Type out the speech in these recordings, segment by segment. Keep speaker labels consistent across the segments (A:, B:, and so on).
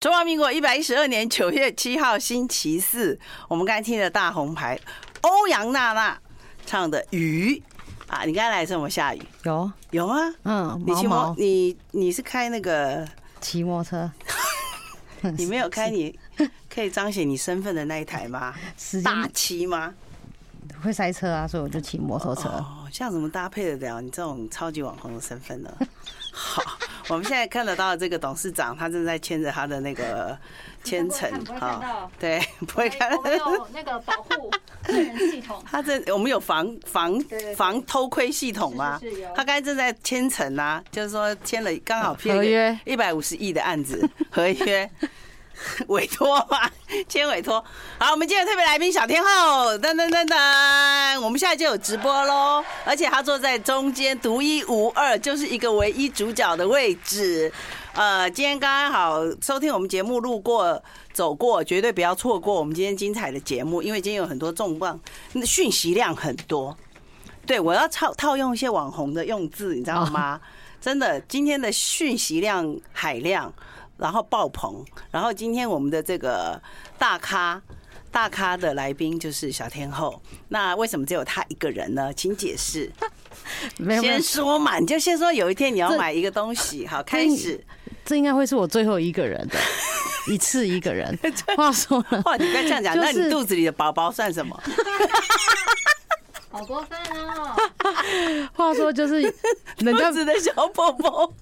A: 中华民国一百一十二年九月七号星期四，我们刚才听的大红牌，欧阳娜娜唱的《雨》啊，你刚才来的时候有没有下雨？
B: 有，啊
A: 有吗？
B: 嗯，
A: 你
B: 毛
A: 骑摩
B: 毛
A: 你你是开那个，
B: 骑摩托车，
A: 你没有开 你可以彰显你身份的那一台吗？
B: 时间
A: 大七吗？
B: 会塞车啊，所以我就骑摩托车。
A: 哦，这样怎么搭配得了你这种超级网红的身份 呢？好，我们现在看得到这个董事长，他正在牵着他的那个牵绳
C: 不会看不会看到
A: 对，不会看，
C: 哎我。们有那个保护私人系统
A: 他这我们有防防
C: 对对对
A: 防偷窥系统吗？
C: 是是是有
A: 他刚才正在签层啊，就是说签了刚好
B: 合约
A: 一百五十亿的案子 合约。委托嘛，签委托。好，我们今天有特别来宾小天后，噔噔噔噔，我们现在就有直播喽，而且他坐在中间，独一无二，就是一个唯一主角的位置。呃，今天刚刚好收听我们节目，路过走过，绝对不要错过我们今天精彩的节目，因为今天有很多重磅，讯息量很多。对，我要套套用一些网红的用字，你知道吗？
B: 哦
A: 真的，今天的讯息量海量，然后爆棚，然后今天我们的这个大咖。大咖的来宾就是小天后，那为什么只有她一个人呢？请解释。
B: 没有没有
A: 先，说嘛，你就先说，有一天你要
B: 这
A: 买一个东西，好，开始。
B: 这应该会是我最后一 个人的，一次一个人。话说了，
A: 哇，你不要这样 讲，
B: 就
A: 那你
B: 是
A: 肚子里的宝宝算什么？
C: 好过分 哦！
B: 话说就是人
A: 肚
B: 家
A: 子的小宝宝，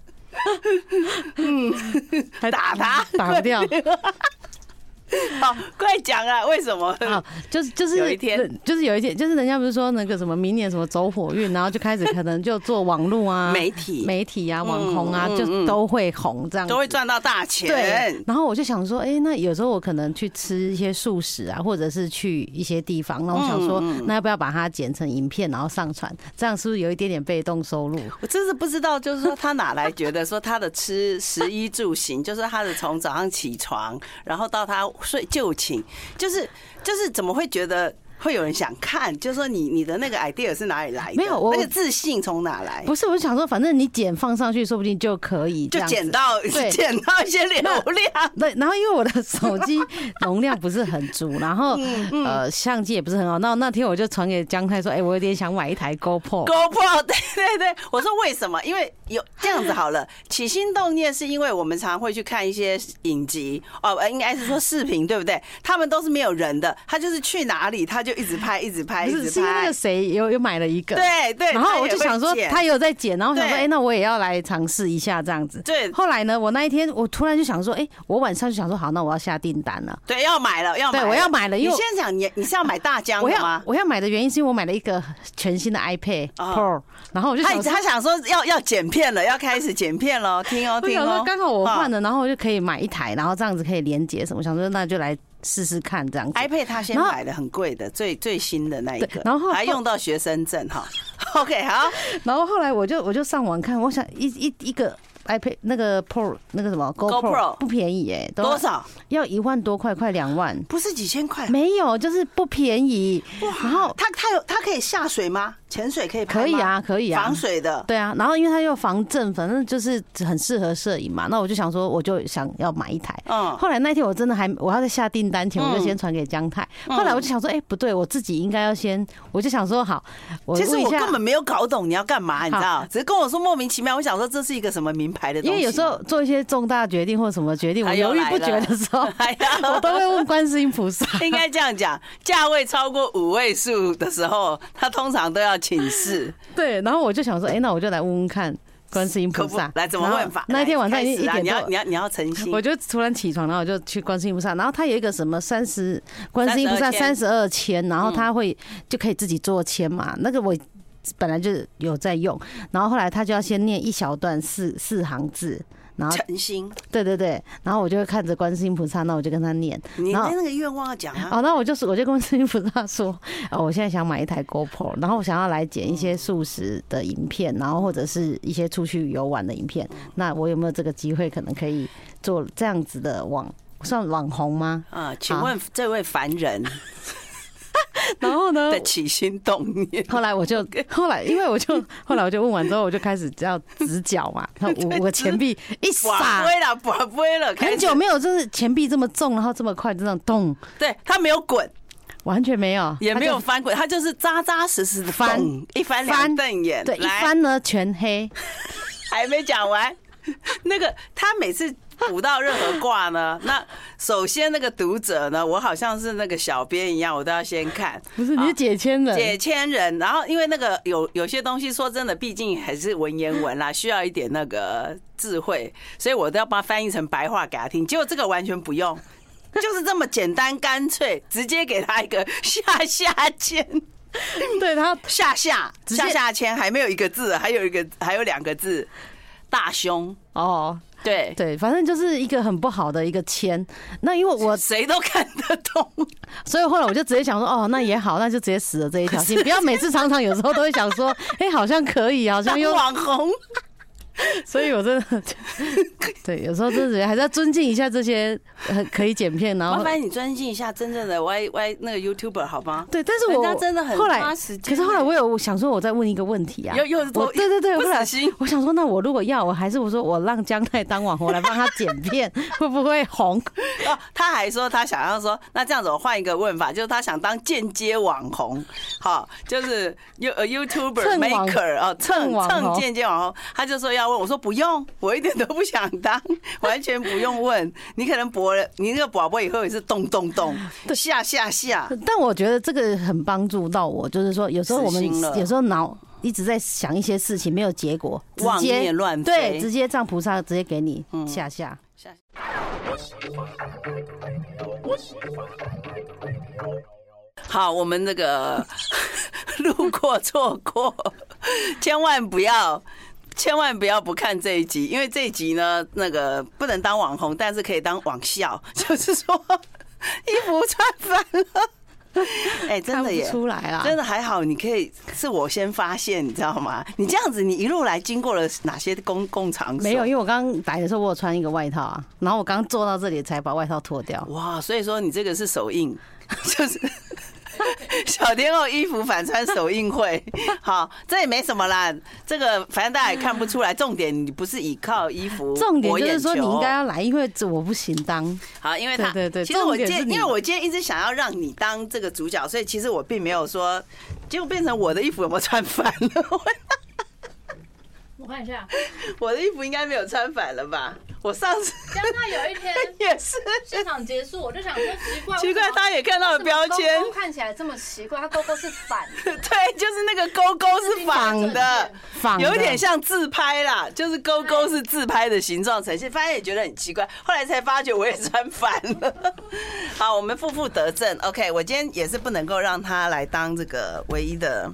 A: 嗯
B: 还
A: 打 他
B: 打 不掉
A: 好，快讲啊，为什么？
B: 啊，就是就是
A: 有一天，
B: 就是有一天，就是人家不是说那个什么明年什么走火运，然后就开始可能就做网络啊、
A: 媒体
B: 媒体啊、网红啊，
A: 嗯嗯
B: 就都会红这样子，
A: 都会赚到大
B: 对
A: 钱，。
B: 然后我就想说，哎、那有时候我可能去吃一些素食啊，或者是去一些地方，那我想说，
A: 嗯
B: 那要不要把它剪成影片，然后上传？这样是不是有一点点被动收入？
A: 我真是不知道，就是说他哪来觉得说他的吃食衣住行，就是他的从早上起床，然后到他睡就寝，就是就是怎么会觉得会有人想看？就是说你你的那个 idea 是哪里来的？
B: 没有我
A: 那个自信从哪来？
B: 不是，我就想说，反正你剪放上去，说不定就可以
A: 就
B: 这样子
A: 捡到
B: 对
A: 捡到一些流量，
B: 对，然后因为我的手机容量不是很足，然后
A: 嗯
B: 呃相机也不是很好，那那天我就传给江太说，哎，我有点想买一台 GoPro，
A: GoPro，对对对，我说为什么？因为有这样子好了，起心动念是因为我们常会去看一些影集哦，呃应该是说视频，对不对？他们都是没有人的，他就是去哪里他就一直拍，一直拍，
B: 不
A: 一
B: 是
A: 直
B: 是因为那
A: 拍
B: 个。谁有有买了一个，
A: 对对，
B: 然后我就想
A: 他
B: 说
A: 也会剪
B: 他也有在剪，然后我想说，
A: 对
B: 哎，那我也要来尝试一下这样子。
A: 对
B: 后来呢，我那一天我突然就想说，哎，我晚上就想说，好，那我要下订单了。
A: 对要买了，要买
B: 对我要买了
A: 你
B: 因为
A: 先讲，你你是要买大疆
B: 我
A: 的
B: 要
A: 吗？
B: 我要买的原因是因为我买了一个全新的 iPad
A: 啊
B: Pro，然后我就
A: 他
B: 想说
A: 他想说要要剪片了，要开始剪片喽，听哦
B: 我
A: 听
B: 想
A: 哦
B: 说。刚好我换
A: 了
B: 了，然后我就可以买一台，然后这样子可以连接什么。我想说那就来试试看这样子。
A: iPad，他先
B: 然后
A: 买的很贵的，最最新的那一个
B: 对，然后
A: 还用到学生证哈。OK，好，
B: 然后后来我就我就上网看，我想一一一个 iPad 那个 Pro 那个什么
A: GoPro
B: GoPro 不便宜哎、都要
A: 多？少？
B: 要一万多块，快两万。
A: 不是几千块啊，
B: 没有，就是不便宜。然后
A: 它它有它可以下水吗？潜水可以拍吗
B: 可以啊，，可以啊
A: 防，水的。
B: 对啊。然后因为它又防震，反正就是很适合摄影嘛。那我就想说，我就想要买一台。
A: 嗯，
B: 后来那天我真的还我要在下订单前，我就先传给江太。后
A: 嗯
B: 来我就想说，哎，不对，我自己应该要先，我就想说好，我
A: 其实
B: 问一
A: 我
B: 下
A: 根本没有搞懂你要干嘛，你知道？只是跟我说莫名其妙，我想说这是一个什么名牌的东
B: 因
A: 西。
B: 为有时候做一些重大决定或什么决定，
A: 哎
B: 我
A: 又
B: 犹豫
A: 来
B: 不决
A: 了
B: 的时 候，
A: 哎呀
B: 我都会问观世音菩萨。
A: 应该这样讲，价位超过五位数的时候，他通常都要请 示。
B: 对，然后我就想说，哎，那我就来问问看观世音
A: 可
B: 菩
A: 不
B: 萨
A: 来怎么
B: 然后
A: 问法？
B: 那一天晚上
A: 来
B: 已经一
A: 开始啊
B: 点
A: 你要你
B: 多。
A: 要你要诚心
B: 我。就突然起床，然后我就去观世音菩萨，然后他有一个什么三十观世音菩萨
A: 32
B: 三十二签，然后
A: 嗯
B: 他会就可以自己做签嘛，那个我本来就有在用，然后后来他就要先念一小段四四行字，然后
A: 诚心，
B: 对对对，然后我就会看着观世音菩萨，那我就跟他念，
A: 你
B: 然后
A: 那个愿望要讲啊，
B: 哦，那我就是我就跟司音 菩萨说，哦，我现在想买一台 GoPro，然后我想要来剪一
A: 哦
B: 些素食的影片，然后或者是一些出去游玩的影
A: 哦
B: 片。那我有没有这个机会，可能可以做这样 子的网算网红吗？
A: 啊，请问这位凡人，
B: 然后呢
A: 的，起心动念。
B: 后来我 就后来，因为我就后来我就问完之后，我就开始要直角嘛， 然后五五个钱币一
A: 哇，
B: 撒
A: 不，会了，不不会了，开
B: 很
A: 始
B: 久没有就是钱币这么重，然后这么快就这样咚，
A: 对他没有滚，
B: 完全没有，
A: 也没有
B: 它
A: 翻滚，他就是扎扎实实的
B: 翻
A: 一翻
B: 翻
A: 两瞪眼，
B: 就对一
A: 来
B: 翻呢全黑，
A: 还没讲完， 那个他每次。补到任何卦 呢？那首先那个读者呢，我好像是那个小编一样，我都要先看。
B: 不是你
A: 啊
B: 是解签的，
A: 解签人，然后因为那个有有些东西，说真的，毕竟还是文言文
B: 嗯
A: 啦，需要一点那个智慧，所以我都要把它翻译成白话给他听。结果这个完全不用，就是这么简单干脆，直接给他一个下下签，
B: 对他
A: 下下
B: 直接
A: 下下签，还没有一个字，还有一个还有两个字，大胸，
B: 哦，
A: 对，
B: 对，反正就是一个很不好的一个签。那因为我，
A: 谁都看得懂，
B: 所以后来我就直接想说，哦，那也好，那就直接死了这 一条心，不要每次常常有时候都会想说，哎，好像可以，好像
A: 当
B: 又，
A: 网红。
B: 所以我真的，对，有时候真的觉得还是要尊敬一下这些很可以剪片，然
A: 麻
B: 后。
A: 烦你专心一下真正的 Y Y 那个 YouTuber 好吗？
B: 对，但是
A: 人
B: 我
A: 家真的很
B: 后来
A: 花时，间
B: 可是后来
A: 欸
B: 我有想说，我再问一个问题啊，
A: 又又是
B: 我
A: 多
B: 对对对，
A: 不
B: 不然
A: 死心。
B: 我想说，那我如果要，我还是我说我让江太当网红来帮他剪片， 会不会红？
A: 哦，他还说他想要说，那这样子我换一个问法，就是他想当间接网红，好，就是 You 呃 YouTuber
B: 蹭网
A: Maker 哦，
B: 蹭
A: 蹭
B: 网
A: 蹭
B: 红
A: 间接网红，他就说要问，我说不用，我一点都不想当， 完全不用问，你可能博了，你那个宝宝以后也是咚咚咚，下下下，
B: 但我觉得这个很帮助到我，就是说有时候我们
A: 死心了
B: 有时候脑一直在想一些事情没有结果，直
A: 妄
B: 接
A: 念乱飞
B: 对，直接让菩萨直接给你
A: 嗯
B: 下下。
A: 下好，我们那个 路过错过，千万不要。千万不要不看这一集，因为这一集呢，那个不能当网红，但是可以当网笑，就是说 衣服穿反了，哎、真
B: 看
A: 的
B: 不
A: 耶，
B: 出来啦，
A: 啊真的还好，你可以是我先发现，你知道吗？你这样子，你一路来经过了哪些工工厂所？
B: 没有，因为我刚刚来的时候我有穿一个外套啊，然后我刚坐到这里才把外套脱掉。
A: 哇，所以说你这个是手印， 就是小天后衣服反穿手印会。 好，这也没什么啦，这个反正大家也看不出来。重点你不是依靠衣服，
B: 重点就是说你应该要来，因为我不行当。
A: 好，因为他
B: 对对对
A: 其实我
B: 重
A: 今
B: 点是
A: 天
B: 你
A: 因为我今天一直想要让你当这个主角，所以其实我并没有说，结果变成我的衣服有没有穿反了？
C: 我看一下，
A: 我的衣服应该没有穿反了吧？我上次
C: 刚刚有一天
A: 也是，
C: 现场结束，我就想说奇怪，
A: 奇怪，他也看到了
C: 的
A: 标签，
C: 看起来这么奇怪，它勾勾是反 的，
A: 对，就是那个勾勾是仿的。
B: 仿的
A: 有一点像自拍啦，就是勾勾是自拍的形状呈现，发现也觉得很奇怪，后来才发觉我也穿反了。 好，我们负负得正，OK，我今天也是不能够让他来当这个唯一的，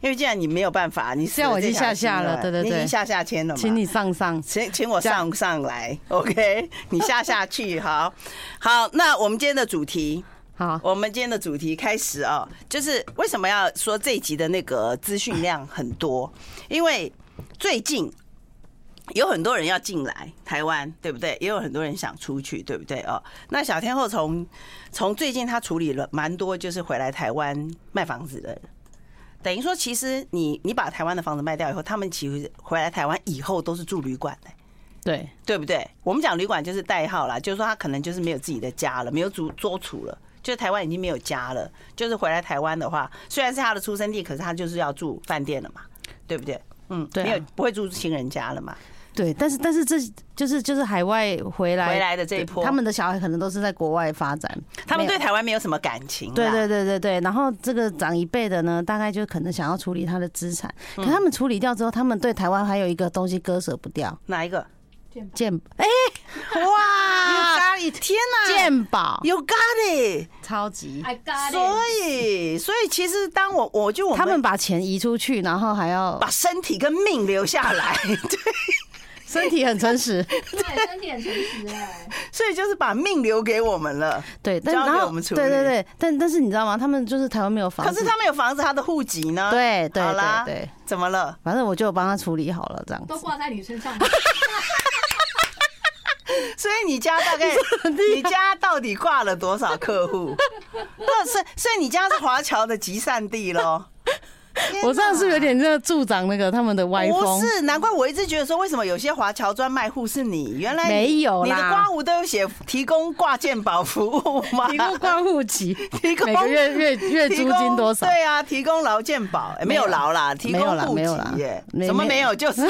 A: 因为既然你没有办法，你
B: 这样我已经下下了
A: 了，
B: 对对
A: 你已
B: 对
A: 经下下签了嘛，
B: 请你上上。
A: 请请我上上来，OK，你 下下去，好好，那我们今天的主题。
B: 好，
A: 我们今天的主题开始哦，就是为什么要说这一集的那个资讯量很多？因为最近有很多人要进来台湾，对不对？也有很多人想出去，对不对？哦，那小天后从从最近她处理了蛮多，就是回来台湾卖房子的人。等于说，其实你你把台湾的房子卖掉以后，他们其实回来台湾以后都是住旅馆的、
B: 对，
A: 对不对？我们讲旅馆就是代号啦，就是说他可能就是没有自己的家了，没有主桌处了，就是台湾已经没有家了。就是回来台湾的话，虽然是他的出生地，可是他就是要住饭店了嘛，对不对？嗯，
B: 对啊
A: 没有不会住亲人家了嘛。
B: 对，但是但是这就是就是海外回来
A: 回来的这一波
B: 他们的小孩可能都是在国外发展，
A: 他们
B: 没
A: 对
B: 有
A: 台湾没有什么感情啦，
B: 对对对对对。然后这个长一辈的呢，大概就可能想要处理他的资产，
A: 嗯
B: 可他们处理掉之后，他们对台湾还有一个东西割舍不掉，
A: 哪一个？
B: 鉴
A: 嗯
B: 哎
A: 哇，天哪！
B: 鉴宝，
A: You got it！
B: 超级。
C: I got
A: 嗯所
C: it。
A: 以，所以其实当我，我就我
B: 他们
A: 们
B: 把钱移出去，然后还要
A: 把身体跟命留下来， 对，
B: 身体很 诚实，
C: 对，身体很诚实哎，
A: 所以就是把命留给我们了。
B: 对，但
A: 交给
B: 然
A: 我
B: 后
A: 们处
B: 对
A: 理
B: 对对，但但是你知道吗？他们就是台湾没有房
A: 可
B: 子，
A: 是他们有房子，他的户籍呢？
B: 对对
A: 好啦
B: 对对，
A: 怎么了？
B: 反正我就帮他处理好了这样子
C: 都。挂在你身上。
A: 所以你家大 概，你家到底挂了多少客户？ 那所以所以你家是华侨的集散地喽。天哪
B: 我上次有点那个助长那个他们的歪
A: 不
B: 风，
A: 是，难怪我一直觉得说，为什么有些华侨专卖户是你？原来你
B: 没有啦
A: 你的刮胡都有写提供挂鉴宝服务吗？
B: 提供挂户籍，
A: 提供
B: 每个月月月租
A: 提供
B: 金多少？
A: 对啊，提供劳健保，哎没有劳啦，提
B: 没有
A: 供
B: 啦
A: 户
B: 没有
A: 籍
B: 啦
A: 耶，
B: 没
A: 什么
B: 没
A: 没有 就是。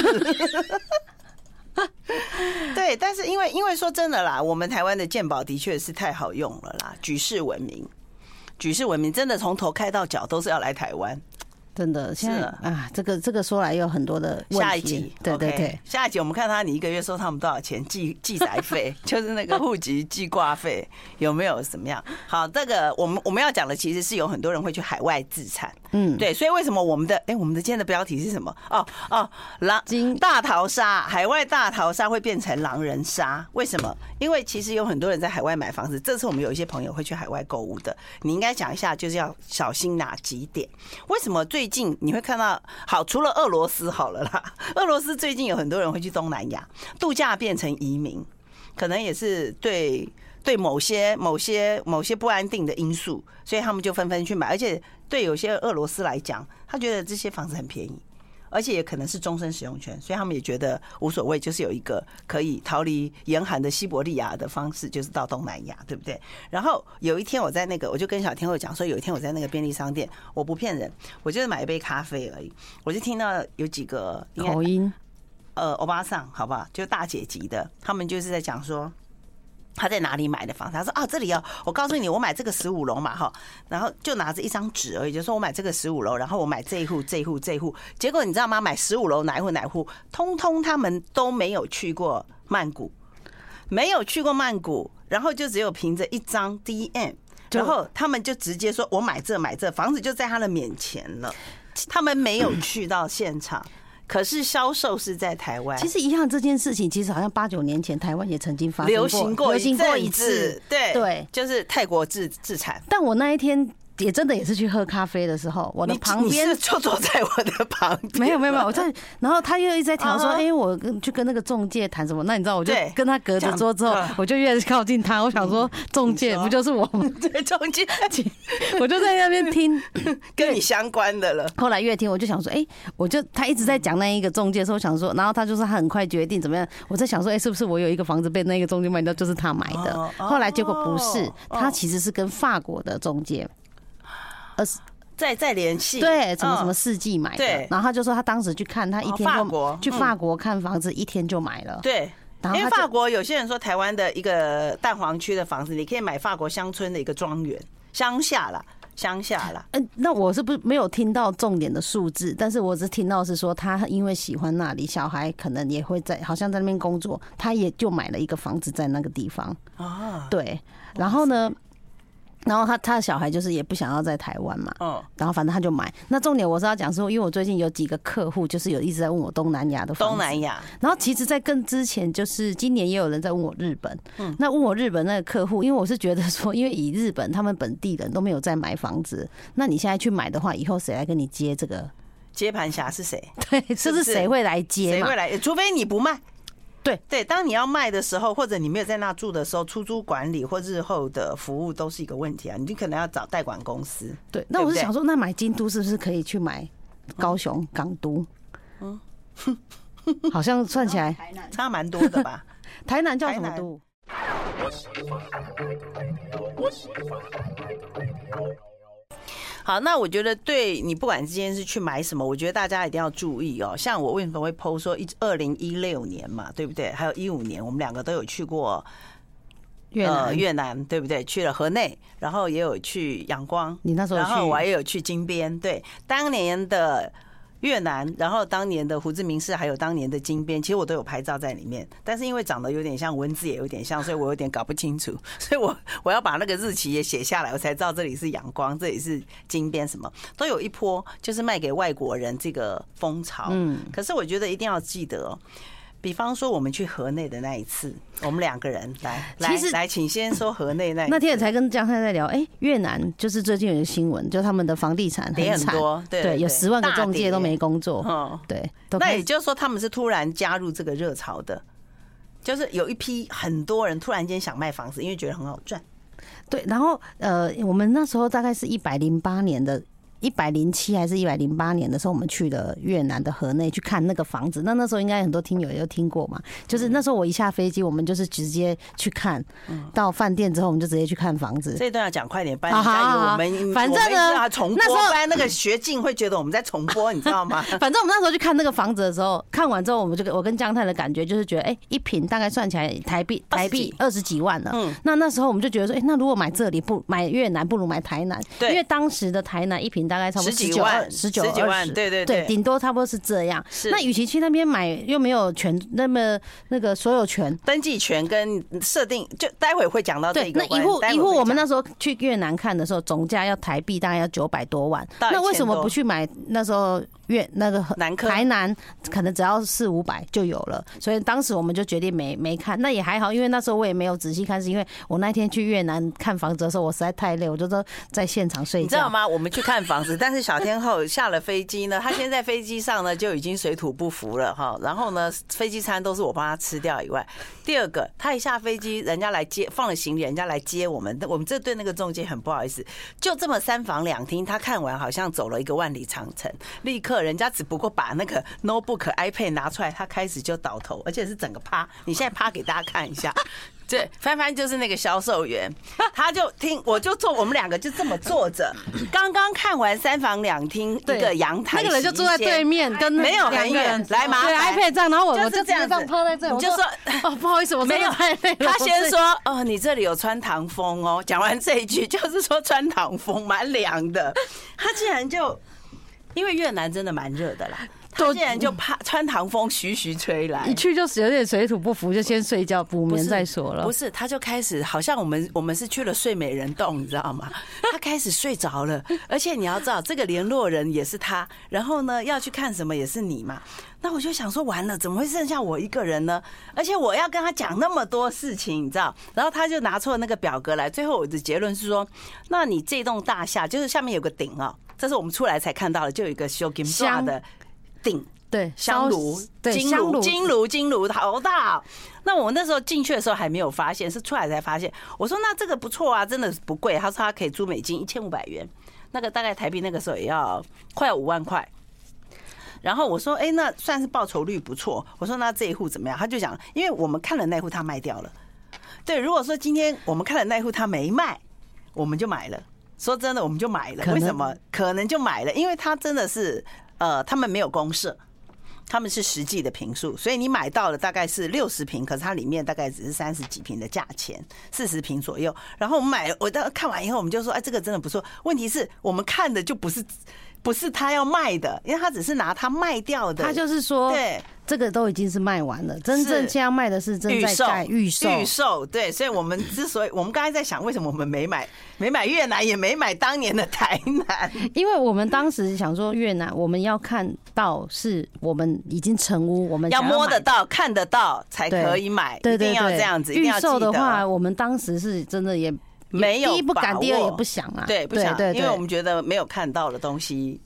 A: 对，但是因为因为说真的啦，我们台湾的健保的确是太好用了啦，举世闻名，举世闻名，真的从头开到脚都是要来台湾。
B: 真的，现在
A: 是
B: 啊，这个这个说来有很多的问题。
A: 下一集，
B: 对对
A: OK，
B: 对，
A: 下一集我们看他你一个月收他们多少钱记 记载费，就是那个户籍记挂费有没有怎么样？好，这个我们我们要讲的其实是有很多人会去海外自产，
B: 嗯，
A: 对，所以为什么我们的哎、我们的今天的标题是什么？哦哦，狼
B: 金
A: 大逃杀，海外大逃杀会变成狼人杀，为什么？因为其实有很多人在海外买房子，这次我们有一些朋友会去海外购物的，你应该讲一下，就是要小心哪几点？为什么最近你会看到？好，除了俄罗斯好了啦， 俄罗斯最近有很多人会去东南亚度假，变成移民，可能也是对对某些某些某些不安定的因素，所以他们就纷纷去买。而且对有些俄罗斯来讲，他觉得这些房子很便宜，而且也可能是终身使用权，所以他们也觉得无所谓，就是有一个可以逃离严寒的西伯利亚的方式，就是到东南亚，对不对？然后有一天我在那个，我就跟小天后讲说，有一天我在那个便利商店，我不骗人，我就是买一杯咖啡而已，我就听到有几个应该
B: 口音
A: 呃欧巴桑，好不好？就大姐级的，他们就是在讲说。他在哪里买的房子？他说啊，这里哦，我告诉你，我买这个十五楼嘛，哈，然后就拿着一张纸而已，就说我买这个十五楼，然后我买这一户、这一户、这一户。结果你知道吗？买十五楼哪一户哪一户，通通他们都没有去过曼谷，没有去过曼谷，然后就只有凭着一张 DM，
B: 就
A: 然后他们就直接说我买这买这，房子就在他的面前了，他们没有去到现场，可是销售是在台湾。
B: 其实一样这件事情，其实好像八九年前台湾也曾经发生
A: 流行过
B: 流行过一
A: 阵
B: 次
A: 子，对
B: 对
A: 就是泰国自自产。
B: 但我那一天也真的也是去喝咖啡的时候，我的
A: 你
B: 旁
A: 你
B: 边
A: 是就坐在我的旁边，
B: 没有没有 没有，我在，然后他又一直在调说，
A: 啊
B: 哎、我跟去跟那个中介谈什么？那你知道，我就
A: 对嗯
B: 跟他隔着桌之后
A: 这样，
B: 我就越靠近他，我想说中介不就是我吗？
A: 对中 间
B: 我就在那边听，
A: 跟你相关的了。
B: 后来越听我就想说，哎、我就他一直在讲那一个中介的时候，我想说，然后他就说他很快决定怎么样，我在想说，哎、是不是我有一个房子被那个中介卖掉，就是他买的
A: 哦？哦
B: 后来结果不是
A: 哦，
B: 他其实是跟法国的中介。呃，
A: 再再联系，
B: 对，什么什么
A: 嗯
B: 世纪买的
A: 对，
B: 然后他就说他当时去看，他一
A: 哦
B: 天
A: 法
B: 就
A: 国
B: 去
A: 嗯
B: 法国看房子，一天就买了。
A: 对。
B: 然后
A: 因为
B: 他就
A: 法国有些人说，台湾的一个蛋黄区的房子，你可以买法国乡村的一个庄园，乡下啦，乡下啦。
B: 嗯，那我是不没有听到重点的数字，但是我只听到是说他因为喜欢那里，小孩可能也会在，好像在那边工作，他也就买了一个房子在那个地方。
A: 啊，
B: 对，然后呢，然后他他的小孩就是也不想要在台湾嘛。
A: 嗯，
B: 然后反正他就买。那重点我是要讲说，因为我最近有几个客户就是有一直在问我东南亚的房子
A: 东南亚，
B: 然后其实，在更之前，就是今年也有人在问我日本，
A: 嗯
B: 那问我日本那个客户，因为我是觉得说，因为以日本他们本地人都没有在买房子，那你现在去买的话，以后谁来跟你接这 个？
A: 接盘侠是谁？
B: 对，就是谁会来接
A: 谁
B: 嘛
A: 会？来？呃除非你不卖。
B: 对
A: 对，当你要卖的时候，或者你没有在那住的时候，出租管理或日后的服务都是一个问题啊。你可能要找代管公司。
B: 对，那我
A: 对不
B: 是
A: 对
B: 想说，那买京都是不是可以去买高雄港都？
A: 嗯
B: 好像算起来，
C: 台南
A: 差蛮多的 吧？
B: 台南叫什 么
A: 台南
B: 都？
A: 好，那我觉得对你不管今天是去买什么，我觉得大家一定要注意哦。像我为什么会 PO 说一二零一六年嘛，对不对？还有一五年，我们两个都有去过
B: 越
A: 呃、
B: 南。
A: 越南，对不对？去了河内，然后也有去仰光，
B: 你那时候有
A: 然后
B: 去
A: 我还有去金边，对，当年的。越南，然后当年的胡志明市，还有当年的金边，其实我都有拍照在里面。但是因为长得有点像，文字也有点像，所以我有点搞不清楚。 所以我我要把那个日期也写下来，我才知道这里是阳光，这里是金边，什么都有一波，就是卖给外国人这个风潮。嗯，可是我觉得一定要记得哦。比方说，我们去河内的那一次，我们两个人来，来
B: 其实
A: 来，请先说河内那一次
B: 那天也才跟江太太聊，哎、越南就是最近有一个新闻，就他们的房地产
A: 跌
B: 很
A: 很
B: 惨，
A: 多，对
B: 对，有十万个中介都没。
A: 大跌
B: 工作，
A: 嗯，
B: 哦对，都
A: 那
B: 开
A: 也就是说，他们是突然加入这个热潮的。就是有一批很多人突然间想卖房子，因为觉得很好赚。
B: 对，然后呃，我们那时候大概是一百零八年的。一百零七还是一百零八年的时候，我们去了越南的河内去看那个房子。那那时候应该很多听友也有听过嘛，就是那时候我一下飞机，我们就是直接去看，
A: 嗯
B: 到饭店之后我们就直接去看房子。
A: 这一段要讲快点，不然
B: 啊
A: 人家以为我们
B: 好好反正
A: 我们
B: 呢
A: 一直要重播，
B: 那时候
A: 不然那个学静会觉得我们在重播，你知道 吗？
B: 反正我们那时候去看那个房子的时候，看完之后，我们就跟我跟江太的感觉就是觉得，哎、一平大概算起来台币
A: 二十
B: 台
A: 几
B: 币二十几万了。
A: 嗯
B: 那那时候我们就觉得说，哎、那如果买这里不买越南，不如买台南，
A: 对
B: 因为当时的台南一平大概差不多
A: 十几
B: 19
A: 万
B: 十九
A: 十几
B: 二
A: 万
B: 十，
A: 对对对
B: 对，顶多差不多是这样。
A: 是
B: 那与其去那边买，又没有权，那么那个所有权。
A: 登记权跟设定，就待会会讲到这
B: 对，
A: 哦个
B: 那
A: 关。
B: 一户
A: 待会
B: 一户，
A: 会
B: 我们
A: 讲
B: 那时候去越南看的时候，总价要台币大概要九百多万。
A: 到
B: 那为什
A: 1000
B: 么
A: 多
B: 不去买那时候越那个
A: 南科
B: 台南可能只要四五百就有了，所以当时我们就决定没没看，那也还好，因为那时候我也没有仔细看，是因为我那天去越南看房子的时候，我实在太累，我就都在现场睡觉。
A: 你知道？吗？我们去看房子， 但是小天后下了飞机呢，她先在飞机上呢就已经水土不服了哈。然后呢，飞机餐都是我帮她吃掉以外，第二个，她一下飞机，人家来接，放了行李，人家来接我们，我们这对那个中介很不好意思。就这么三房两厅，她看完好像走了一个万里长城，立刻人家只不过把那个 notebook、iPad 拿出来，她开始就倒头，而且是整个趴。你现在趴给大家看一下。对，帆帆就是那个销售员， 他就听，我就坐，我们两个就这么坐 着。刚刚看完三房两厅一
B: 对
A: 个阳台，
B: 那个人就坐在对，面，跟
A: 没有
B: 两
A: 很
B: 个
A: 远
B: 人，
A: 来麻
B: 对
A: 烦
B: iPad 这样，然后我
A: 就是
B: 我就直
A: 这样子
B: 接这样趴在这里，
A: 你
B: 我
A: 就说
B: 哦，不好意思，我真
A: 没
B: 的
A: 有
B: 太累了。
A: 他
B: 我
A: 先
B: 睡
A: 说：“哦，你这里有穿堂风哦。”讲完这一句，就是说穿堂风蛮凉的。 他竟然就，因为越南真的蛮热的啦，他
B: 都
A: 竟然就怕穿堂风徐徐吹来
B: 一。去就是有点水土不服，就先睡觉补
A: 不
B: 眠
A: 是
B: 再说了
A: 不。是，他就开始好像我们我们是去了睡美人洞，你知道 吗？他开始睡着了，而且你要知道，这个联络人也是他，然后呢要去看什么也是你嘛。那我就想说，完了，怎么会剩下我一个人呢？而且我要跟他讲那么多事情，你知道？然后他就拿出了那个表格来，最后我的结论是说，那你这栋大厦就是下面有个顶哦，这是我们出来才看到的，就有一个修金刷
B: 香
A: 的顶。
B: 对，
A: 香
B: 烧
A: 炉，
B: 对
A: 金
B: 香
A: 炉，
B: 炉，
A: 金炉，金炉，好大、哦。那我那时候进去的时候还没有发现，是出来才发现。我说那这个不错啊，真的不贵。他说他可以租美金一千五百元，那个大概台币那个时候也要快五万块。然后我说，哎，那算是报酬率不错。我说那这一户怎么样？他就讲，因为我们看了那户他卖掉了。对，如果说今天我们看了那户他没卖，我们就买了。说真的，我们就买了。
B: 可能
A: 为什么？可能就买了，因为他真的是，呃，他们没有公社，他们是实际的平数，所以你买到了大概是六十平，可是它里面大概只是三十几平的价钱，四十平左右。然后我们买了，我到看完以后，我们就说，哎，这个真的不错。问题是我们看的就不是。不是他要卖的，因为他只是拿他卖掉的，
B: 他就是说，
A: 对
B: 这个都已经是卖完了，真正
A: 是
B: 现在卖的是正
A: 预
B: 在
A: 售
B: 盖预售。
A: 预售对，所以我们之所以我们刚才在想，为什么我们没买没买越南，也没买当年的台南，
B: 因为我们当时想说越南，我们要看到是我们已经成屋，我们
A: 要
B: 想
A: 摸
B: 买
A: 得。到、看得到才
B: 对
A: 可以买，
B: 对
A: 一定
B: 对
A: 要
B: 对，
A: 这样子。一定
B: 预
A: 要
B: 售
A: 记
B: 的
A: 得
B: 话，我们当时是真的也
A: 没有
B: 第一不敢，
A: 把
B: 第二也
A: 握
B: 不想啊。
A: 对，不想，
B: 对对，
A: 因为我们觉得没有看到的东西。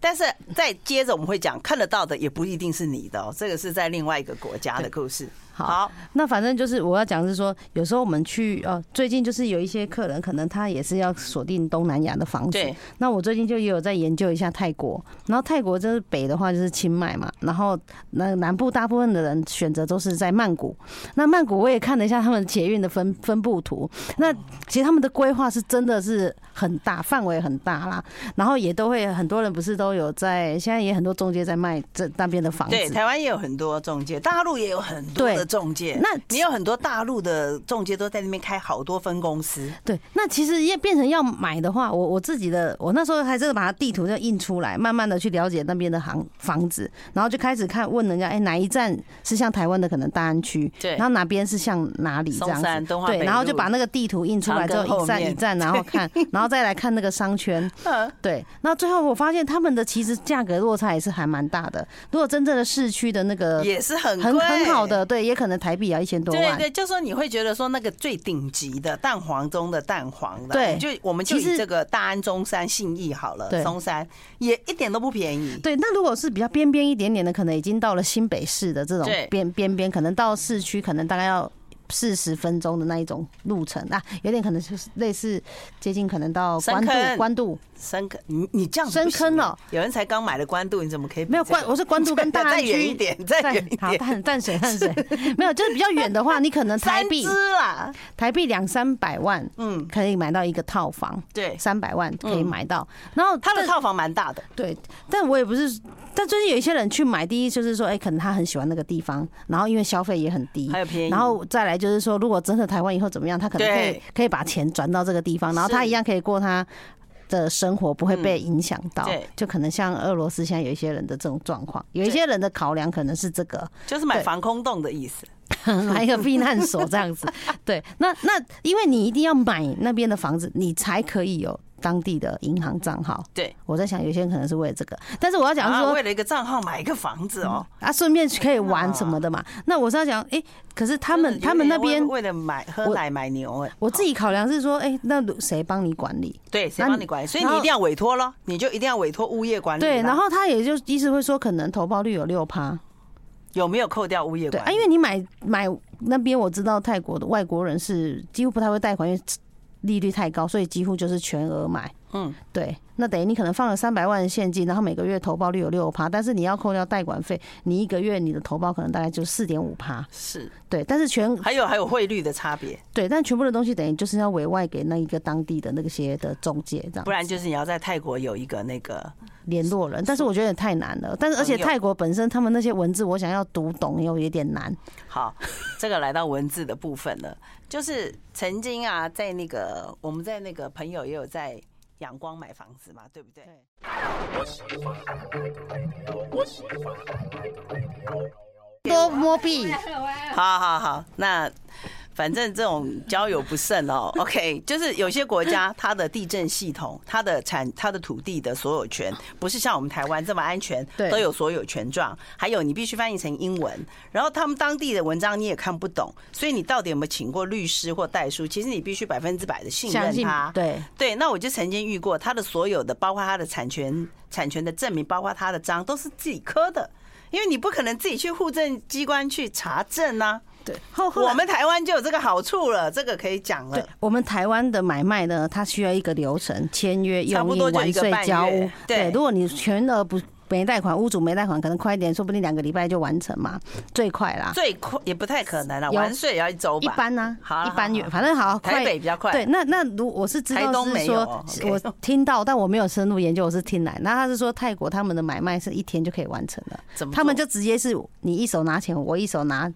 A: 但是再接着我们会讲，看得到的也不一定是你的、哦，这个是在另外一个国家的故事。
B: 好
A: 好，
B: 那反正就是我要讲的是说，有时候我们去呃，最近就是有一些客人可能他也是要锁定东南亚的房子
A: 对，
B: 那我最近就也有在研究一下泰国，然后泰国就是北的话就是清迈嘛，然后那南部大部分的人选择都是在曼谷。那曼谷我也看了一下他们捷运的分分布图，那其实他们的规划是真的是很大，范围很大啦，然后也都会很多人不是都有在，现在也很多中介在卖这那边的房子
A: 对，，台湾也有很多中介，大陆也有很多
B: 对
A: 的中介。
B: 那
A: 你有很多大陆的中介都在那边开好多分公司，
B: 对，那其实也变成要买的话，我我自己的，我那时候还真的把它地图就印出来，慢慢的去了解那边的行房子，然后就开始看问人家，哎、哪一站是像台湾的可能大安区，
A: 对
B: 然后哪边是像哪里这
A: 松
B: 样
A: 山、
B: 子，
A: 东华北
B: 对，
A: 路，
B: 然后就把那个地图印出来之
A: 长庚
B: 后，
A: 后
B: 一站
A: 面
B: 一站，然后看，然后再来看那个商圈，
A: 嗯
B: 对，那最后我发现他们的其实价格落差也是还蛮大的，如果真正的市区的那个
A: 也是很
B: 呃很
A: 贵
B: 很好的，对，也可能台币也要一千多
A: 对
B: 万。
A: 对，就说你会觉得说那个最顶级的蛋黄中的蛋黄的，
B: 对
A: 你就我们就
B: 其
A: 以
B: 实
A: 这个大安中山信义好了，
B: 对
A: 松山也一点都不便宜。
B: 对，那如果是比较边边一点点的，可能已经到了新北市的这种
A: 对
B: 边边边，可能到市区可能大概要四十分钟的那一种路程啊，有点可能就是类似接近可能到
A: 深
B: 关渡
A: 坑
B: 关渡
A: 深坑，你你这样子
B: 深
A: 不行
B: 坑
A: 啊
B: 哦，
A: 有人才刚买了关渡，你怎么可以比
B: 没有
A: 这个
B: 关，我是关渡跟大
A: 再
B: 安
A: 远一
B: 区。
A: 点，再远一
B: 好
A: 点，
B: 淡淡水淡水没有，就是比较远的话，你可能台
A: 三
B: 币
A: 只啦，
B: 台币两三百万
A: 嗯，
B: 可以买到一个套房，
A: 对，
B: 三百万可以
A: 嗯
B: 买到。然后
A: 他的
B: 但
A: 套房蛮大的，
B: 对，但我也不是，但最近有一些人去买，第一就是说，哎、可能他很喜欢那个地方，然后因为消费也很低
A: 还，有便宜，
B: 然后再来就是说，如果真的台湾以后怎么样，他可能可以
A: 对
B: 可以把钱转到这个地方，然后他
A: 是嗯
B: 一样可以过他。的生活不会被影响到
A: 对，
B: 就可能像俄罗斯现在有一些人的这种状况，有一
A: 对
B: 些人的考量可能是这个，
A: 就是买
B: 对
A: 防空洞的意思，
B: 来一个避难所这 样子。对，那那因为你一定要买那边的房子，你才可以有当地的银行账号。
A: 对，
B: 我在想有些人可能是为了这个，但是我要讲是
A: 啊，
B: 说
A: 为了一个账号买一个房子哦，
B: 啊，顺便可以玩什么的嘛。那我是要讲，哎，可是他
A: 真
B: 们
A: 的
B: 他们
A: 有
B: 那
A: 点
B: 边，
A: 为为了买喝
B: 我
A: 奶买牛，哎，
B: 我自
A: 己
B: 己考量是说，哎，那谁帮你管理？
A: 对谁
B: 那
A: 帮
B: 你
A: 你管理，所以
B: 然
A: 你一
B: 后
A: 定要委托咯，你就一定要委托物业管理啦，
B: 对，然后他也就意思会说，可能投报率有六趴。
A: 有没有扣掉物业
B: 对
A: 管
B: 啊，
A: 理？
B: 因为你买买那边我知道泰国的外国人是几乎不太会贷款，因为利率太高，所以几乎就是全额买。
A: 嗯，
B: 对，那等于你可能放了三百万的现金，然后每个月投报率有六趴，但是你要扣掉贷款费，你一个月你的投报可能大概就四点五趴。
A: 是，
B: 对，但是全
A: 还有还有汇率的差别，
B: 对，但全部的东西等于就是要委外给那一个当地的那些的中介这样
A: 不然就是你要在泰国有一个那个
B: 联络人，但是我觉得也太难了。但是而且
A: 朋友
B: 泰国本身他们那些文字，我想要读懂又有点难。
A: 好，这个来到文字的部分了，就是曾经啊，在那个我们在那个朋友也有在阳光买房子嘛，对不对？
B: 多摸币，
C: 歪了歪 了，
A: 好好好，那反正这种交友不慎哦。OK，就是 有些国家它的地震系统、它的产、它的土地的所有权，不是像我们台湾这么安全，
B: 对
A: 都有所有权状。还有你必须翻译成英文，然后他们当地的文章你也看不懂，所以你到底有没有请过律师或代书？其实你必须百分之百的信
B: 相
A: 任
B: 信
A: 他。
B: 对
A: 对，那我就曾经遇过他的所有的，包括他的产权、产权的证明，包括他的章，都是自己刻的，因为你不可能自己去户政机关去查证啊。
B: 对。后后来
A: 我们台湾就有这个好处了，这个可以讲
B: 对
A: 了。
B: 我们台湾的买卖呢，它需要一个流程，签约、
A: 差不
B: 用
A: 多
B: 印、
A: 就一个
B: 完税
A: 半、月
B: 交屋。
A: 对
B: 如果你全额不没贷款，屋主没贷款，可能快一点，说不定两个礼拜就完成嘛，最快啦。
A: 最快也不太可能了，
B: 有
A: 完税也要一周
B: 一
A: 吧。
B: 般呢、
A: 好啊
B: 一般
A: 好啊
B: 远
A: 好啊
B: 反正好快
A: 台。北比较快，
B: 对，那那如我是知
A: 台
B: 道
A: 东
B: 是
A: 没有
B: 说
A: 哦，
B: 是
A: OK
B: 我听到，但我没有深入研究，我是听来。那他是说泰国他们的买卖是一天就可以完成了，
A: 怎么
B: 他们
A: 做
B: 就直接是你一手拿钱，我一手拿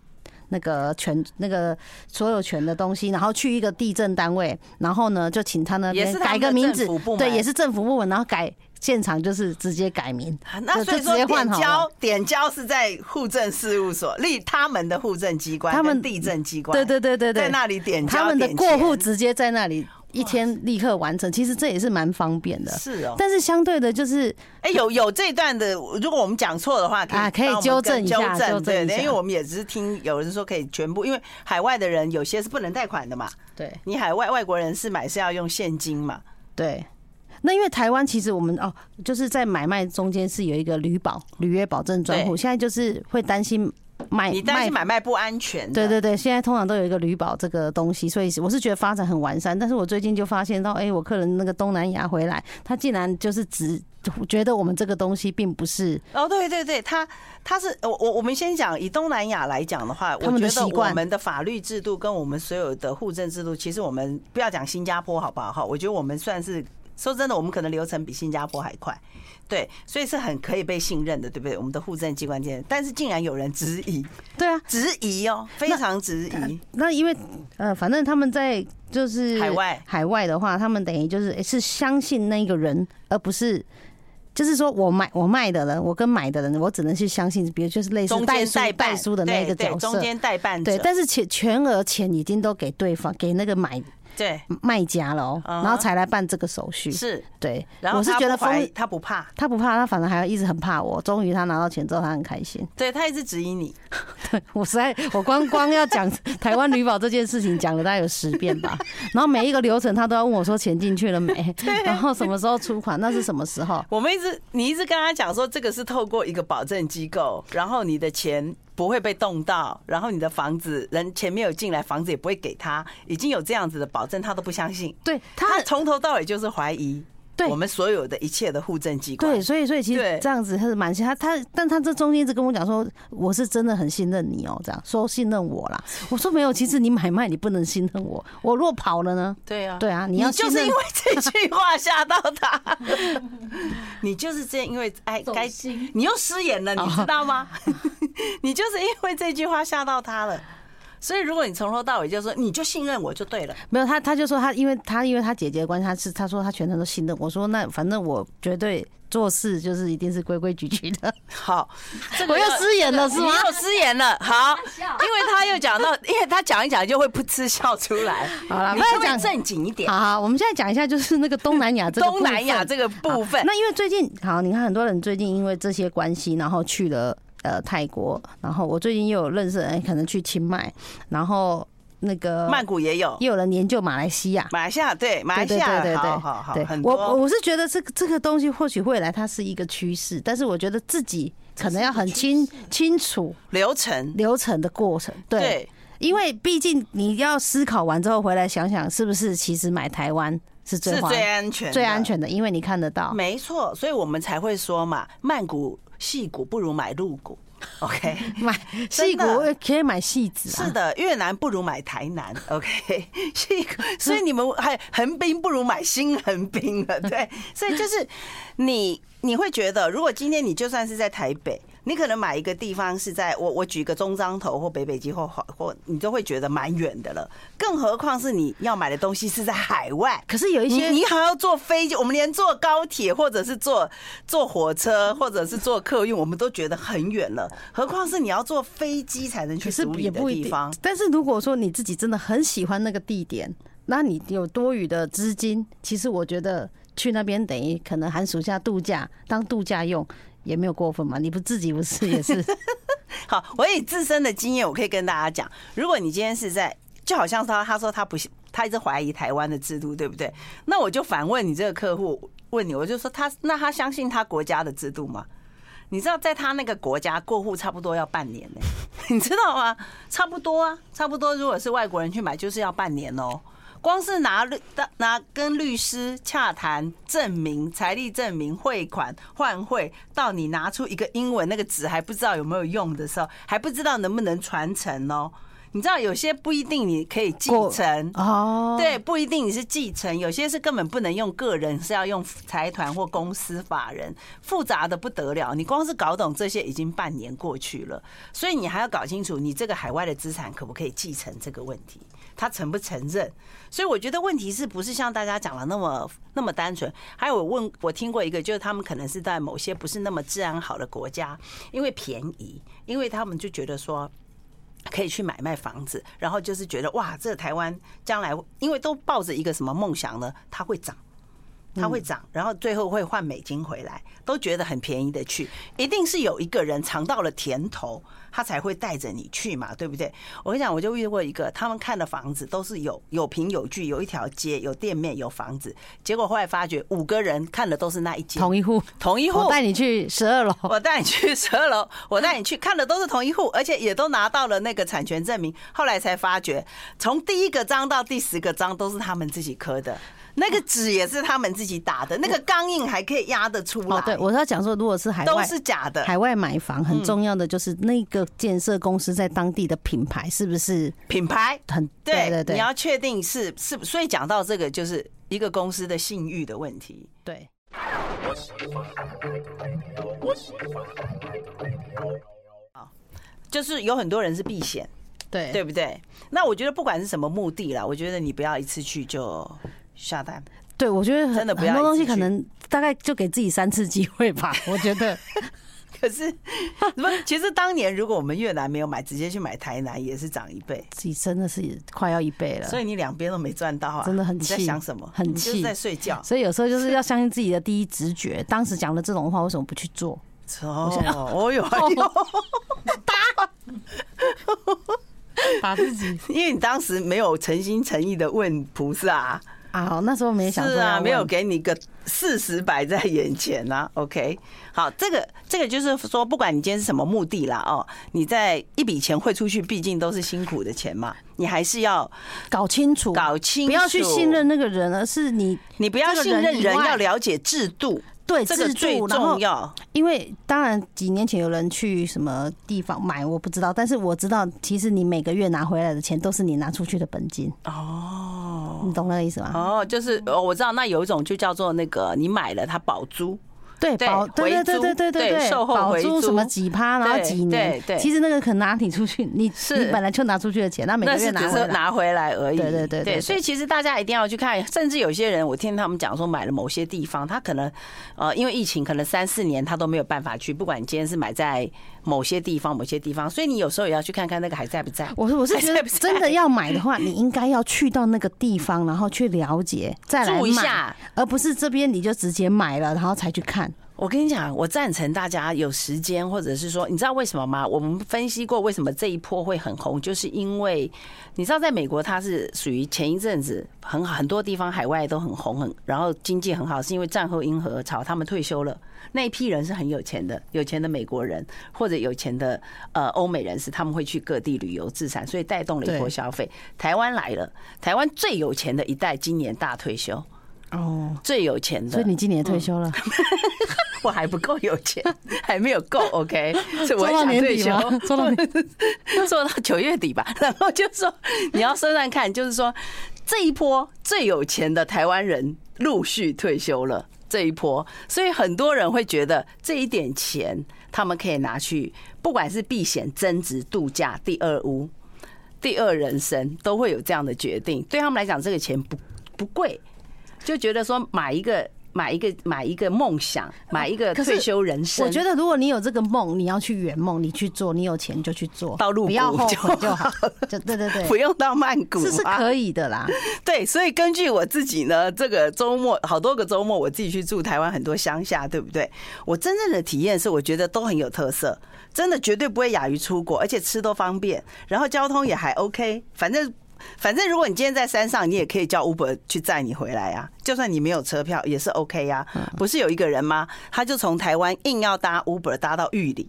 B: 那个权那个所有权的东西，然后去一个地震单位，然后呢就请他那
A: 也
B: 边
A: 是他
B: 改
A: 们
B: 个
A: 的
B: 名
A: 政
B: 字
A: 府部，
B: 对，
A: 门
B: 也是政府部门，然后改现场就是直接改名，
A: 啊那
B: 就
A: 所以
B: 就
A: 说
B: 直接换
A: 点
B: 好
A: 交
B: 了
A: 点交是在户政事务所，立他们的户政机关，
B: 他们
A: 地震机关，
B: 对对对对对，
A: 在那里点交
B: 他们的
A: 点
B: 过户
A: 钱嗯
B: 直接在那里一天立刻完成，其实这也是蛮方便的。
A: 是哦。
B: 但是相对的，就是
A: 哎、有有这一段的，如果我们讲错的话，可以
B: 啊可以
A: 帮我们
B: 纠正一下
A: 纠正
B: 纠正一
A: 对，
B: 下
A: 因为我们也只是听有人说可以全部，因为海外的人有些是不能贷款的嘛，
B: 对
A: 你海外外国人是买是要用现金嘛，
B: 对。那因为台湾其实我们哦，就是在买卖中间是有一个履保、履约保证专户，
A: 对
B: 现在就是会担心卖
A: 你担心
B: 卖。
A: 买卖不安全，
B: 对，对对，现在通常都有一个旅保这个东西，所以我是觉得发展很完善。但是我最近就发现到，哎、我客人那个东南亚回来，他竟然就是只觉得我们这个东西并不是
A: 哦对对对，他他是我我我们先讲以东南亚来讲的话，
B: 他们的
A: 我觉得
B: 习
A: 我
B: 惯
A: 们的法律制度跟我们所有的户政制度，其实我们不要讲新加坡好不好哈，我觉得我们算是说真的，我们可能流程比新加坡还快。对，所以是很可以被信任的，对不对？我们的户政机关间，但是竟然有人质疑，
B: 对啊。
A: 质疑哦，非常质疑。
B: 那因为呃，反正他们在就是
A: 海外
B: 海外的话，他们等于就是、诶是相信那一个人，而不是。就是说我买我卖的人，我跟买的人，我只能去相信，比如就是类似
A: 中
B: 呃代
A: 间
B: 书
A: 代办
B: 代书的那
A: 对
B: 一个
A: 对
B: 角
A: 中
B: 色，
A: 间代办
B: 对，
A: 者，
B: 但是钱全额钱已经都给对方，给那个买
A: 对，
B: 卖家了哦，
A: 嗯哼
B: 然后才来办这个手续。
A: 是。
B: 对，
A: 然后
B: 嗯我是
A: 他
B: 觉得
A: 不怀疑
B: 风
A: 他不怕，
B: 他不怕，他反而还一直很怕我。终于他拿到钱之后，他很开心。
A: 对他一直质疑你，
B: 我实在，我光光要讲台湾旅保这件事情，讲了大概有十遍吧。然后每一个流程，他都要问我说钱进去了没，然后什么时候出款，那是什么时候？
A: 我们一直你一直跟他讲说，这个是透过一个保证机构，然后你的钱不会被动到，然后你的房子人钱没有进来，房子也不会给他，已经有这样子的保证，他都不相信，
B: 对他
A: 他，从头到尾就是怀疑
B: 对
A: 我们所有的一切的户政机关
B: 对，。所以所以其实
A: 对
B: 这样子他是蛮信他他，但他这中间一直跟我讲说，我是真的很信任你哦、这样说信任我啦。我说没有，其实你买卖你不能信任我，我若跑了呢？
A: 对啊，
B: 对啊你要
A: 就是
B: 信任
A: 因为这句话吓到他，你就是这样，因为哎
C: 走
A: 该
C: 心
A: 你又失言了，你知道吗？ 你就是因为这句话吓到他了。所以，如果你从头到尾就说你就信任我就对了，
B: 没有，他他就说他，因为他因为他姐姐的关系，他是他说他全程都信任。我说那反正我绝对做事就是一定是规规矩矩的。
A: 好，这个
B: 我又
A: 要
B: 失言了是
A: 你
B: 吗？
A: 又失言了，好，
C: 笑
A: 因为他又讲到，因为他讲一讲就会噗嗤笑出来。
B: 好啦
A: 你
B: 不要
A: 稍微
B: 讲
A: 正经一点。
B: 好好，我们现在讲一下就是那个东南亚这个
A: 东南亚
B: 部分
A: 这个部分
B: 好，那因为最近好，你看很多人最近因为这些关系，然后去了呃泰国，然后我最近又有认识的人可能去清迈，然后那个
A: 曼谷也有，
B: 又有人研究马来西亚。
A: 马来西亚对，马来西亚，
B: 对对对对对
A: 好好好，
B: 对
A: 很，
B: 我
A: 多。
B: 我是觉得这个这个东西或许未来它是一个趋势，但是我觉得自己可能要很清清楚
A: 流程，
B: 流程的过程，对，
A: 对
B: 因为毕竟你要思考完之后回来想想，是不是其实买台湾是最
A: 是
B: 划
A: 最安全，
B: 最安。全的，因为你看得到，
A: 没错，所以我们才会说嘛，曼谷戏骨不如买入股。OK，
B: 买
A: 真
B: 戏骨
A: 的
B: 可以买戏子啊，
A: 是的，越南不如买台南，OK，是 一个，所以你们还横滨不如买新横滨了，对，所以就是你你会觉得，如果今天你就算是在台北，你可能买一个地方是在我我举一个中彰头或北北基或或或，你都会觉得蛮远的了，更何况是你要买的东西是在海外。
B: 可是有一
A: 你
B: 些
A: 你还要坐飞机，我们连坐高铁或者是坐坐火车或者是坐客运，我们都觉得很远了，何况是你要坐飞机才能
B: 可
A: 去
B: 是
A: 处理
B: 也
A: 的
B: 不一
A: 地
B: 定
A: 方。。
B: 但是如果说你自己真的很喜欢那个地点，那你有多余的资金，其实我觉得去那边等于可能寒暑假度假当度假用也没有过分嘛。你不自己不是也是
A: 好，我以自身的经验，我可以跟大家讲，如果你今天是在，就好像他他说他不信，他一直怀疑台湾的制度，对不对？那我就反问你这个客户，问你，我就说他那他相信他国家的制度吗？你知道，在他那个国家过户差不多要半年呢、 你知道吗？差不多啊，差不多。如果是外国人去买，就是要半年哦、光是拿律拿跟律师洽谈证明、财力证明、汇款换汇，到你拿出一个英文那个纸还不知道有没有用的时候，还不知道能不能传承哦。你知道有些不一定你可以 继
B: 过
A: 承，
B: 哦？
A: 对，不一定你是继承，有些是根本不能用个人，是要用财团或公司法人，复杂的不得了。你光是搞懂这些已经半年过去了，所以你还要搞清楚你这个海外的资产可不可以继承这个问题，他承不承认。所以我觉得问题是不是像大家讲的那么那么单纯？还有我问我听过一个，就是他们可能是在某些不是那么治安好的国家，因为便宜，因为他们就觉得说。可以去买卖房子，然后就是觉得哇，这台湾将来因为都抱着一个什么梦想呢？它会涨，它会涨，然后最后会换美金回来，都觉得很便宜的去，一定是有一个人尝到了甜头，他才会带着你去嘛，对不对？我跟你讲，我就遇过一个，他们看的房子都是有有凭有据，有一条街，有店面，有房子，结果后来发觉五个人看的都是那一间，
B: 同一户，
A: 同一户
B: 我，带你去十二楼。
A: 我带你去十二 楼，我带你去看的都是同一户，而且也都拿到了那个产权证明。后来才发觉，从第一个章到第十个章都是他们自己刻的，那个纸也是他们自己打的，那个钢印还可以压得出来
B: 嗯哦，，对，我是要讲说，如果是海
A: 都
B: 外。
A: 是假的。嗯
B: 海外买房很重要的就是那个建设公司在当地的品牌是不是
A: 品牌
B: 很
A: 对
B: 对对
A: 你要确定是是，所以讲到这个就是一个公司的信誉的问题。
B: 对。
A: 就是有很多人是避险，
B: 对
A: 对不对？那我觉得不管是什么目的啦，我觉得你不要一次去就下单。
B: 对，我觉得很
A: 真的不
B: 很
A: 要
B: 多
A: 一
B: 东
A: 直
B: 西可
A: 去
B: 能大概就给自己三次机会吧。我觉得
A: 可是，不，其实当年如果我们越南没有买，直接去买台南也是涨一倍，
B: 自己真的是快要一倍了。
A: 所以你两边都没赚到啊！
B: 真的很
A: 你在
B: 气
A: 想什么？
B: 很
A: 你就是
B: 气
A: 在睡 觉。
B: 所以有时候就是要相信自己的第一直觉。当时讲的这种话，为什么不去做？
A: 哦，哦哟，哎 呦
B: 打自己
A: 因为你当时没有诚心诚意的问菩萨啊，
B: 啊！那时候没想
A: 是
B: 说要
A: 啊，
B: 问
A: 没有给你个事实摆在眼前啊。OK，好，这个这个就是说，不管你今天是什么目的啦，哦，你在一笔钱汇出去，毕竟都是辛苦的钱嘛，你还是要
B: 搞清楚，
A: 搞清
B: 不要去
A: 楚
B: 信任那个人，而是你
A: 你不要
B: 这个
A: 信任
B: 以
A: 人，
B: 外
A: 要了解制度，
B: 对
A: 这个
B: 自
A: 最
B: 助，然后
A: 重要。
B: 因为当然几年前有人去什么地方买，我不知道，但是我知道，其实你每个月拿回来的钱都是你拿出去的本金，
A: 哦
B: 你懂那个意思吗？
A: 哦，就是哦，我知道，那有一种就叫做那个你买了它保租，
B: 对，
A: 对
B: 保对
A: 回
B: 对对
A: 租
B: 对对
A: 对
B: 对，
A: 售后
B: 保
A: 回
B: 租什么
A: 租
B: 几趴，然后
A: 对
B: 几年
A: 对对，
B: 其实那个可能拿你出去，你
A: 是
B: 你本来就拿出去的钱，那每
A: 那
B: 个
A: 是
B: 月
A: 只
B: 拿回
A: 是
B: 来。
A: 拿回来而已。
B: 对对对对对
A: 所以其实大家一定要去看，甚至有些人，我听他们讲说，买了某些地方，他可能呃，因为疫情，可能三四年他都没有办法去。不管你今天是买在某些地方，某些地方，所以你有时候也要去看看那个还在不在。
B: 我是我是
A: 还
B: 觉
A: 在
B: 得
A: 不在
B: 真的要买的话，你应该要去到那个地方，然后去了解，再来
A: 住一
B: 买，
A: 下，
B: 而不是这边你就直接买了，然后才去看。
A: 我跟你讲，我赞成大家有时间，或者是说，你知道为什么吗？我们分析过为什么这一波会很红，就是因为你知道，在美国它是属于前一阵子很好，很多地方海外都很红，很然后经济很好，是因为战后婴儿潮，他们退休了，那一批人是很有钱的，有钱的美国人或者有钱的呃欧美人士，他们会去各地旅游自产，所以带动了一波
B: 对
A: 消费。台湾来了，台湾最有钱的一代今年大退休，
B: 哦，
A: 最有钱的，
B: 所以你今年退休了，
A: 嗯我还不够有钱，还没有够 OK，所以我
B: 做
A: 还
B: 到
A: 想
B: 年
A: 退
B: 底
A: 休，
B: 吗？做到年
A: 做到九月底吧。然后就说你要算算看，就是说这一波最有钱的台湾人陆续退休了，这一波，所以很多人会觉得这一点钱他们可以拿去，不管是避险、增值、度假、第二屋、第二人生，都会有这样的决定。对他们来讲，这个钱不不贵，就觉得说买一个。买一个买一个梦想，买一个
B: 可是
A: 退休人生。
B: 我觉得如果你有这个梦，你要去圆梦，你去做，你有钱就去做，
A: 到入
B: 不要
A: 股
B: 后
A: 就
B: 悔就好，就对 对
A: 不
B: 对，
A: 用到曼谷、啊，
B: 这是可以的啦。
A: 对，所以根据我自己呢，这个周末好多个周末，我自己去住台湾很多乡下，对不对？我真正的体验是，我觉得都很有特色，真的绝对不会亚于出国，而且吃都方便，然后交通也还 OK，反正。反正如果你今天在山上，你也可以叫 Uber 去载你回来啊。就算你没有车票也是 OK 呀、
B: 嗯
A: 啊。不是有一个人吗？他就从台湾硬要搭 Uber 搭到玉里，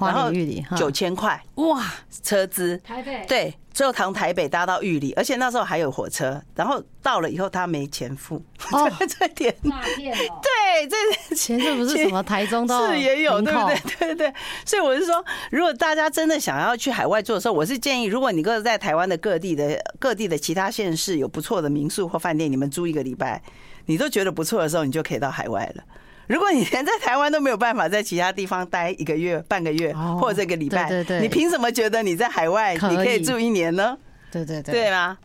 A: 然
B: 花
A: 后
B: 里玉里哈，
A: 九千块哇车资，
C: 台北，
A: 对，最后从台北搭到玉里，而且那时候还有火车，然后到了以后他没钱付，
B: 哦
A: 这点
C: 诈骗哦，
A: 对，这
B: 前阵不是什么台中到
A: 是也有，
B: 林
A: 对不
B: 口
A: 对？对对，所以我是说，如果大家真的想要去海外住的时候，我是建议，如果你各在台湾的各地的各地的其他县市有不错的民宿或饭店，你们租一个礼拜，你都觉得不错的时候，你就可以到海外了。如果你连在台湾都没有办法在其他地方待一个月、半个月
B: 哦
A: 或者一个礼拜，
B: 对对对
A: 你凭什么觉得你在海外你可
B: 可
A: 以
B: 以
A: 住一年呢？
B: 对对对
A: 对吗？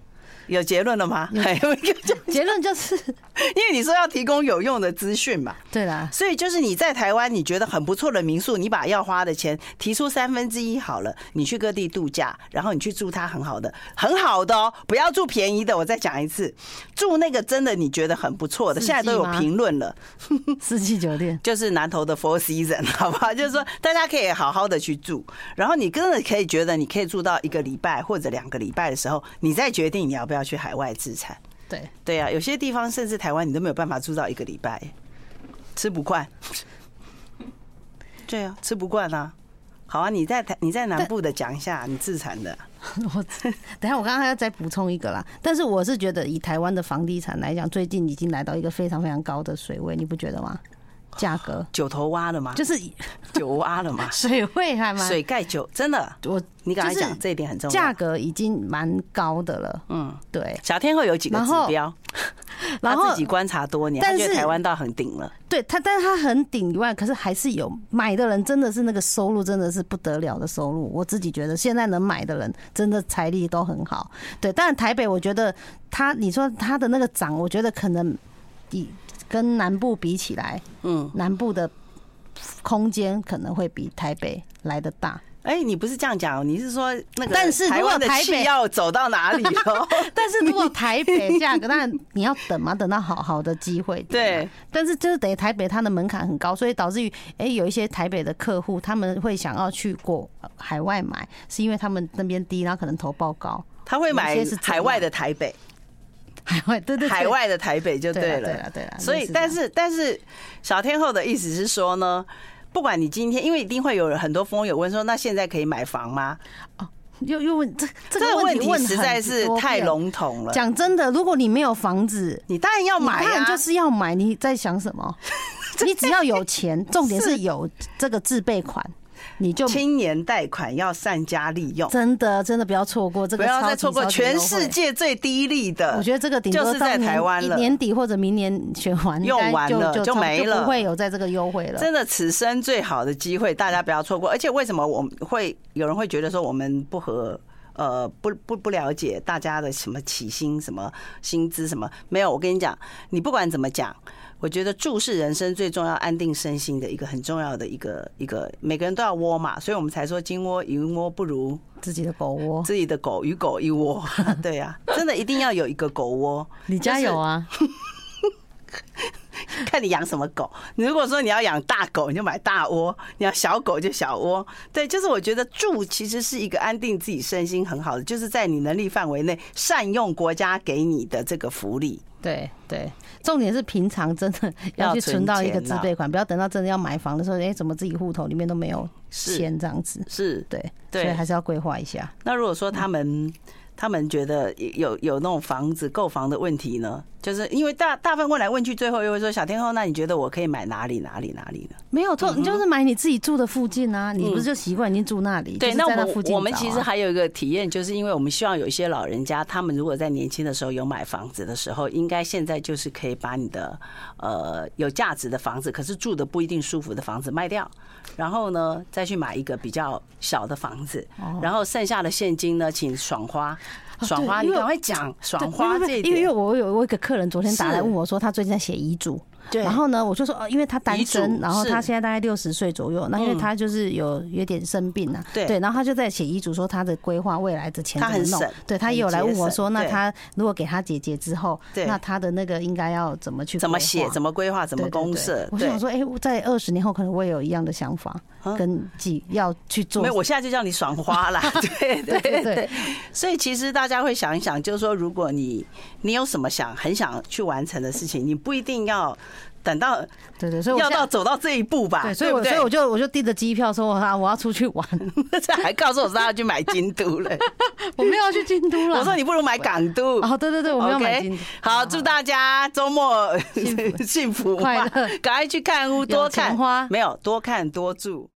A: 有结论了吗？还有一个就，
B: 结论就是，
A: 因为你说要提供有用的资讯嘛，
B: 对啦，
A: 所以就是你在台湾你觉得很不错的民宿，你把要花的钱提出三分之一好了，你去各地度假，然后你去住它很好的、很好的哦，不要住便宜的。我再讲一次，住那个真的你觉得很不错的，
B: 四季
A: 现在都有
B: 吗
A: 评论了。
B: 四季酒店
A: 就是南投的 Four Season，好 不好？就是说大家可以好好的去住，然后你真的可以觉得你可以住到一个礼拜或者两个礼拜的时候，你再决定你要不要去海外自产。
B: 对。
A: 对啊，有些地方甚至台湾你都没有办法住到一个礼拜，吃不惯。对啊，吃不惯啊。好啊，你在台你在南部的讲一下你自产的，
B: 我等一下，我刚刚还要再补充一个啦。但是我是觉得，以台湾的房地产来讲，最近已经来到一个非常非常高的水位，你不觉得吗？价格
A: 九头蛙了吗？
B: 就是？
A: 九蛙了吗
B: 水位还 蛮，
A: 水盖九，真的，
B: 我
A: 你刚才
B: 就是
A: 讲这一点很重
B: 价
A: 要。
B: 格已经蛮高的了。
A: 嗯，
B: 对，
A: 小天后有几个
B: 然
A: 指
B: 后
A: 标？他
B: 然后
A: 自己观察多年，
B: 但
A: 他觉得
B: 是
A: 台湾到很顶了。
B: 对他，但是他很顶以外，可是还是有买的人真的是那个收入真的是不得了的收入。我自己觉得现在能买的人真的财力都很好。对，但台北我觉得他，你说他的那个涨，我觉得可能比跟南部比起来，
A: 嗯，
B: 南部的空间可能会比台北来的大。
A: 哎、你不是这样讲哦，你是说那个，
B: 但是如果
A: 台湾的
B: 台
A: 气
B: 北
A: 要走到哪里 了？
B: 但是如果台北价格，当然你要等嘛，等到好好的机会。
A: 对，
B: 但是就是等于台北它的门槛很高，所以导致于哎、有一些台北的客户他们会想要去过呃海外买，是因为他们那边低，然后可能投报高
A: 他会买
B: 有些是这样
A: 海外的台北，
B: 海外， 对对对
A: 海外的台北就
B: 对
A: 对
B: 啦对
A: 了。
B: 了对了。啊
A: 所以，
B: 类似这样
A: 但是但是，小天后的意思是说呢，不管你今天，因为一定会有很多风友问说，那现在可以买房吗？
B: 又又问这
A: 这
B: 这
A: 个
B: 个问
A: 问
B: 题
A: 题
B: 问
A: 实在是
B: 很多
A: 太
B: 遍。
A: 笼统了。
B: 讲真的，如果你没有房子，
A: 你当然要
B: 你
A: 买
B: 当然
A: 啊，
B: 就是要买，你在想什 么？你只要有钱，重点是有这个自备款，你就
A: 青年贷款要善加利用，
B: 真的真的不要错过这
A: 不
B: 个，
A: 要再错过全世。界最低利的。
B: 我觉得这个顶多
A: 就是在
B: 到年
A: 台湾了
B: 年底或者明年选完，
A: 用完
B: 应该
A: 了
B: 就
A: 就
B: 差不
A: 没了
B: 不会有在这个优惠了。
A: 真的此生最好的机会，大家不要错过。而且为什么我们会有人会觉得说我们不合？呃，不不不了解大家的什么起薪、什么薪资、什么没有。我跟你讲，你不管怎么讲，我觉得注视人生最重要、安定身心的一个很重要的一个一个，每个人都要窝嘛，所以我们才说金窝银窝不如
B: 自己的狗窝，
A: 自己的狗与狗一窝。 对呀、啊，真的一定要有一个狗窝。
B: 你家有啊？
A: 看你养什么狗。你如果说你要养大狗，你就买大窝；你要小狗就小窝。对，就是我觉得住其实是一个安定自己身心很好的，就是在你能力范围内善用国家给你的这个福利。
B: 对对，重点是平常真的要
A: 要
B: 去
A: 存
B: 存到一个
A: 钱
B: 自
A: 啦
B: 备款，不要等到真的要买房的时候，哎，怎么自己户头里面都没有
A: 是
B: 钱这样子？
A: 是，
B: 嗯对，所
A: 对
B: 以还是要规划一下。
A: 那如果说他们。他们觉得有有那种房子购房的问题呢，就是因为大大部分问来问去，最后又会说小天后，那你觉得我可以买哪里哪里哪里呢？
B: 没有错，你就是买你自己住的附近啊，你不是就习惯已经住那里？
A: 对，
B: 就是
A: 那
B: 在
A: 我
B: 附
A: 们
B: 近
A: 我们
B: 找啊
A: 其实还有一个体验，就是因为我们希望有一些老人家，他们如果在年轻的时候有买房子的时候，应该现在就是可以把你的呃有价值的房子，可是住的不一定舒服的房子卖掉，然后呢再去买一个比较小的房子，然后剩下的现金呢，请爽花，爽花，
B: 哦对
A: 你
B: 因为
A: 赶快讲爽
B: 对
A: 花
B: 不是
A: 这一
B: 不是因为因为
A: 点，
B: 我有我有一个客人昨天打来
A: 是
B: 问我说，他最近在写遗嘱，
A: 对，
B: 然后呢，我就说哦，因为他单
A: 遗
B: 身，
A: 嘱
B: 然后他
A: 是
B: 现在大概六十岁左右，那因为
A: 嗯
B: 他就是有有点生病啊，
A: 对
B: 然后他就在写遗嘱说他的规划未来的钱
A: 他
B: 怎么
A: 很
B: 弄
A: 省，
B: 对他
A: 很
B: 也有来问
A: 节
B: 我
A: 省
B: 说，那
A: 对
B: 他如果给他姐姐之后，
A: 对
B: 那他的那个应该要怎么去
A: 怎么写，
B: 么。
A: 怎么规划，怎么
B: 对对
A: 公
B: 对
A: 社，
B: 我
A: 对
B: 想说，哎、我在二十年后可能我也有一样的想法，
A: 啊
B: 跟计要去做
A: 没有，我现在就叫你爽花 啦。对对
B: 对
A: 对
B: 对
A: 对，所以其实大家会想一想，就是说，如果你你有什么想很想去完成的事情，你不一定要等到
B: 对对，所以我
A: 要
B: 现在
A: 到走到这一步吧，
B: 对，所以我
A: 对
B: 所以
A: 不
B: 我就我就订着机票说啊，我要出去玩，
A: 对？这还告诉我说他要去买京都 了，
B: 我没有要去京都 了。
A: 我说你不如买港 都。
B: 哦，对对对，我们要买京都
A: OK，。好，祝大家周末 幸福幸福
B: 快
A: 嘛
B: 乐
A: 赶快去看屋，
B: 有
A: 多
B: 钱
A: 看
B: 花
A: 没有多看多住。